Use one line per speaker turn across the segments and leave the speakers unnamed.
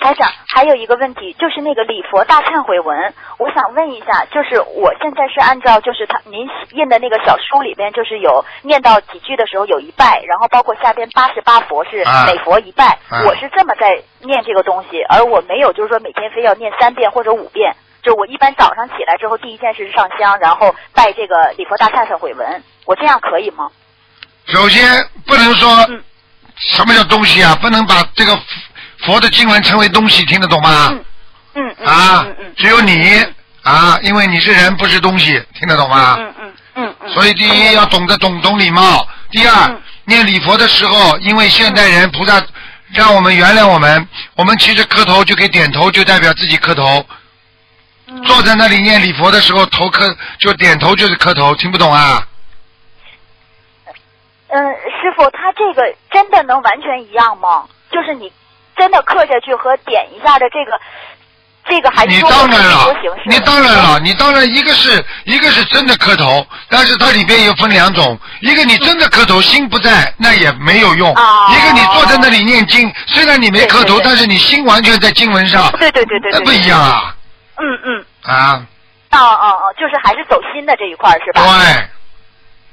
台长，还有一个问题，就是那个礼佛大忏悔文，我想问一下，就是我现在是按照就是他您印的那个小书里边，就是有念到几句的时候有一拜，然后包括下边八十八佛是
啊
每佛一拜，
啊
我是这么在念这个东西，而我没有就是说每天非要念三遍或者五遍，就我一般早上起来之后第一件事是上香，然后拜这个礼佛大忏悔文，我这样可以吗？
首先不能说
嗯
什么叫东西啊，不能把这个佛佛的经文称为东西，听得懂吗？
嗯嗯嗯
啊
嗯嗯，
只有你啊，因为你是人，不是东西，听得懂吗？
嗯嗯嗯嗯，
所以第一要懂得懂懂礼貌，第二、
嗯
念礼佛的时候，因为现代人菩萨让我们原谅我们，我们其实磕头就给点头，就代表自己磕头。
嗯
坐在那里念礼佛的时候，头磕就点头就是磕头，听不懂啊？
嗯，师傅，他这个真的能完全一样吗？就是你真的刻下去和点一下的这个，这个还是
你
哎说
当然
我
了
们自己多形式，
你当然了，你当然一个是一个是真的磕头，但是它里边又分两种，一个你真的磕头心不在，那也没有用；
哦
一个你坐在那里念经，虽然你没磕
对对
头，
对
但是你心完全在经文上，
对对对对对，
那不一样啊
对。嗯嗯，
啊！
哦哦哦，就是还是走心的这一块儿是吧？
对，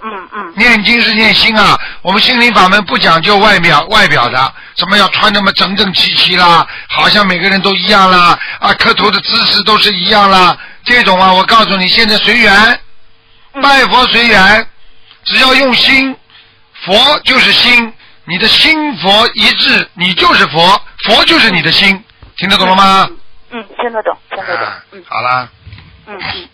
嗯嗯
念经是念心啊，我们心灵法门不讲究外表外表的，什么要穿那么整整齐齐啦，好像每个人都一样啦，啊，磕头的姿势都是一样啦，这种啊，我告诉你，现在随缘，
嗯
拜佛随缘，只要用心，佛就是心，你的心佛一致，你就是佛，佛就是你的心，听得懂了吗？
嗯嗯，听得懂，听得懂
啊，
嗯
好啦。
嗯嗯。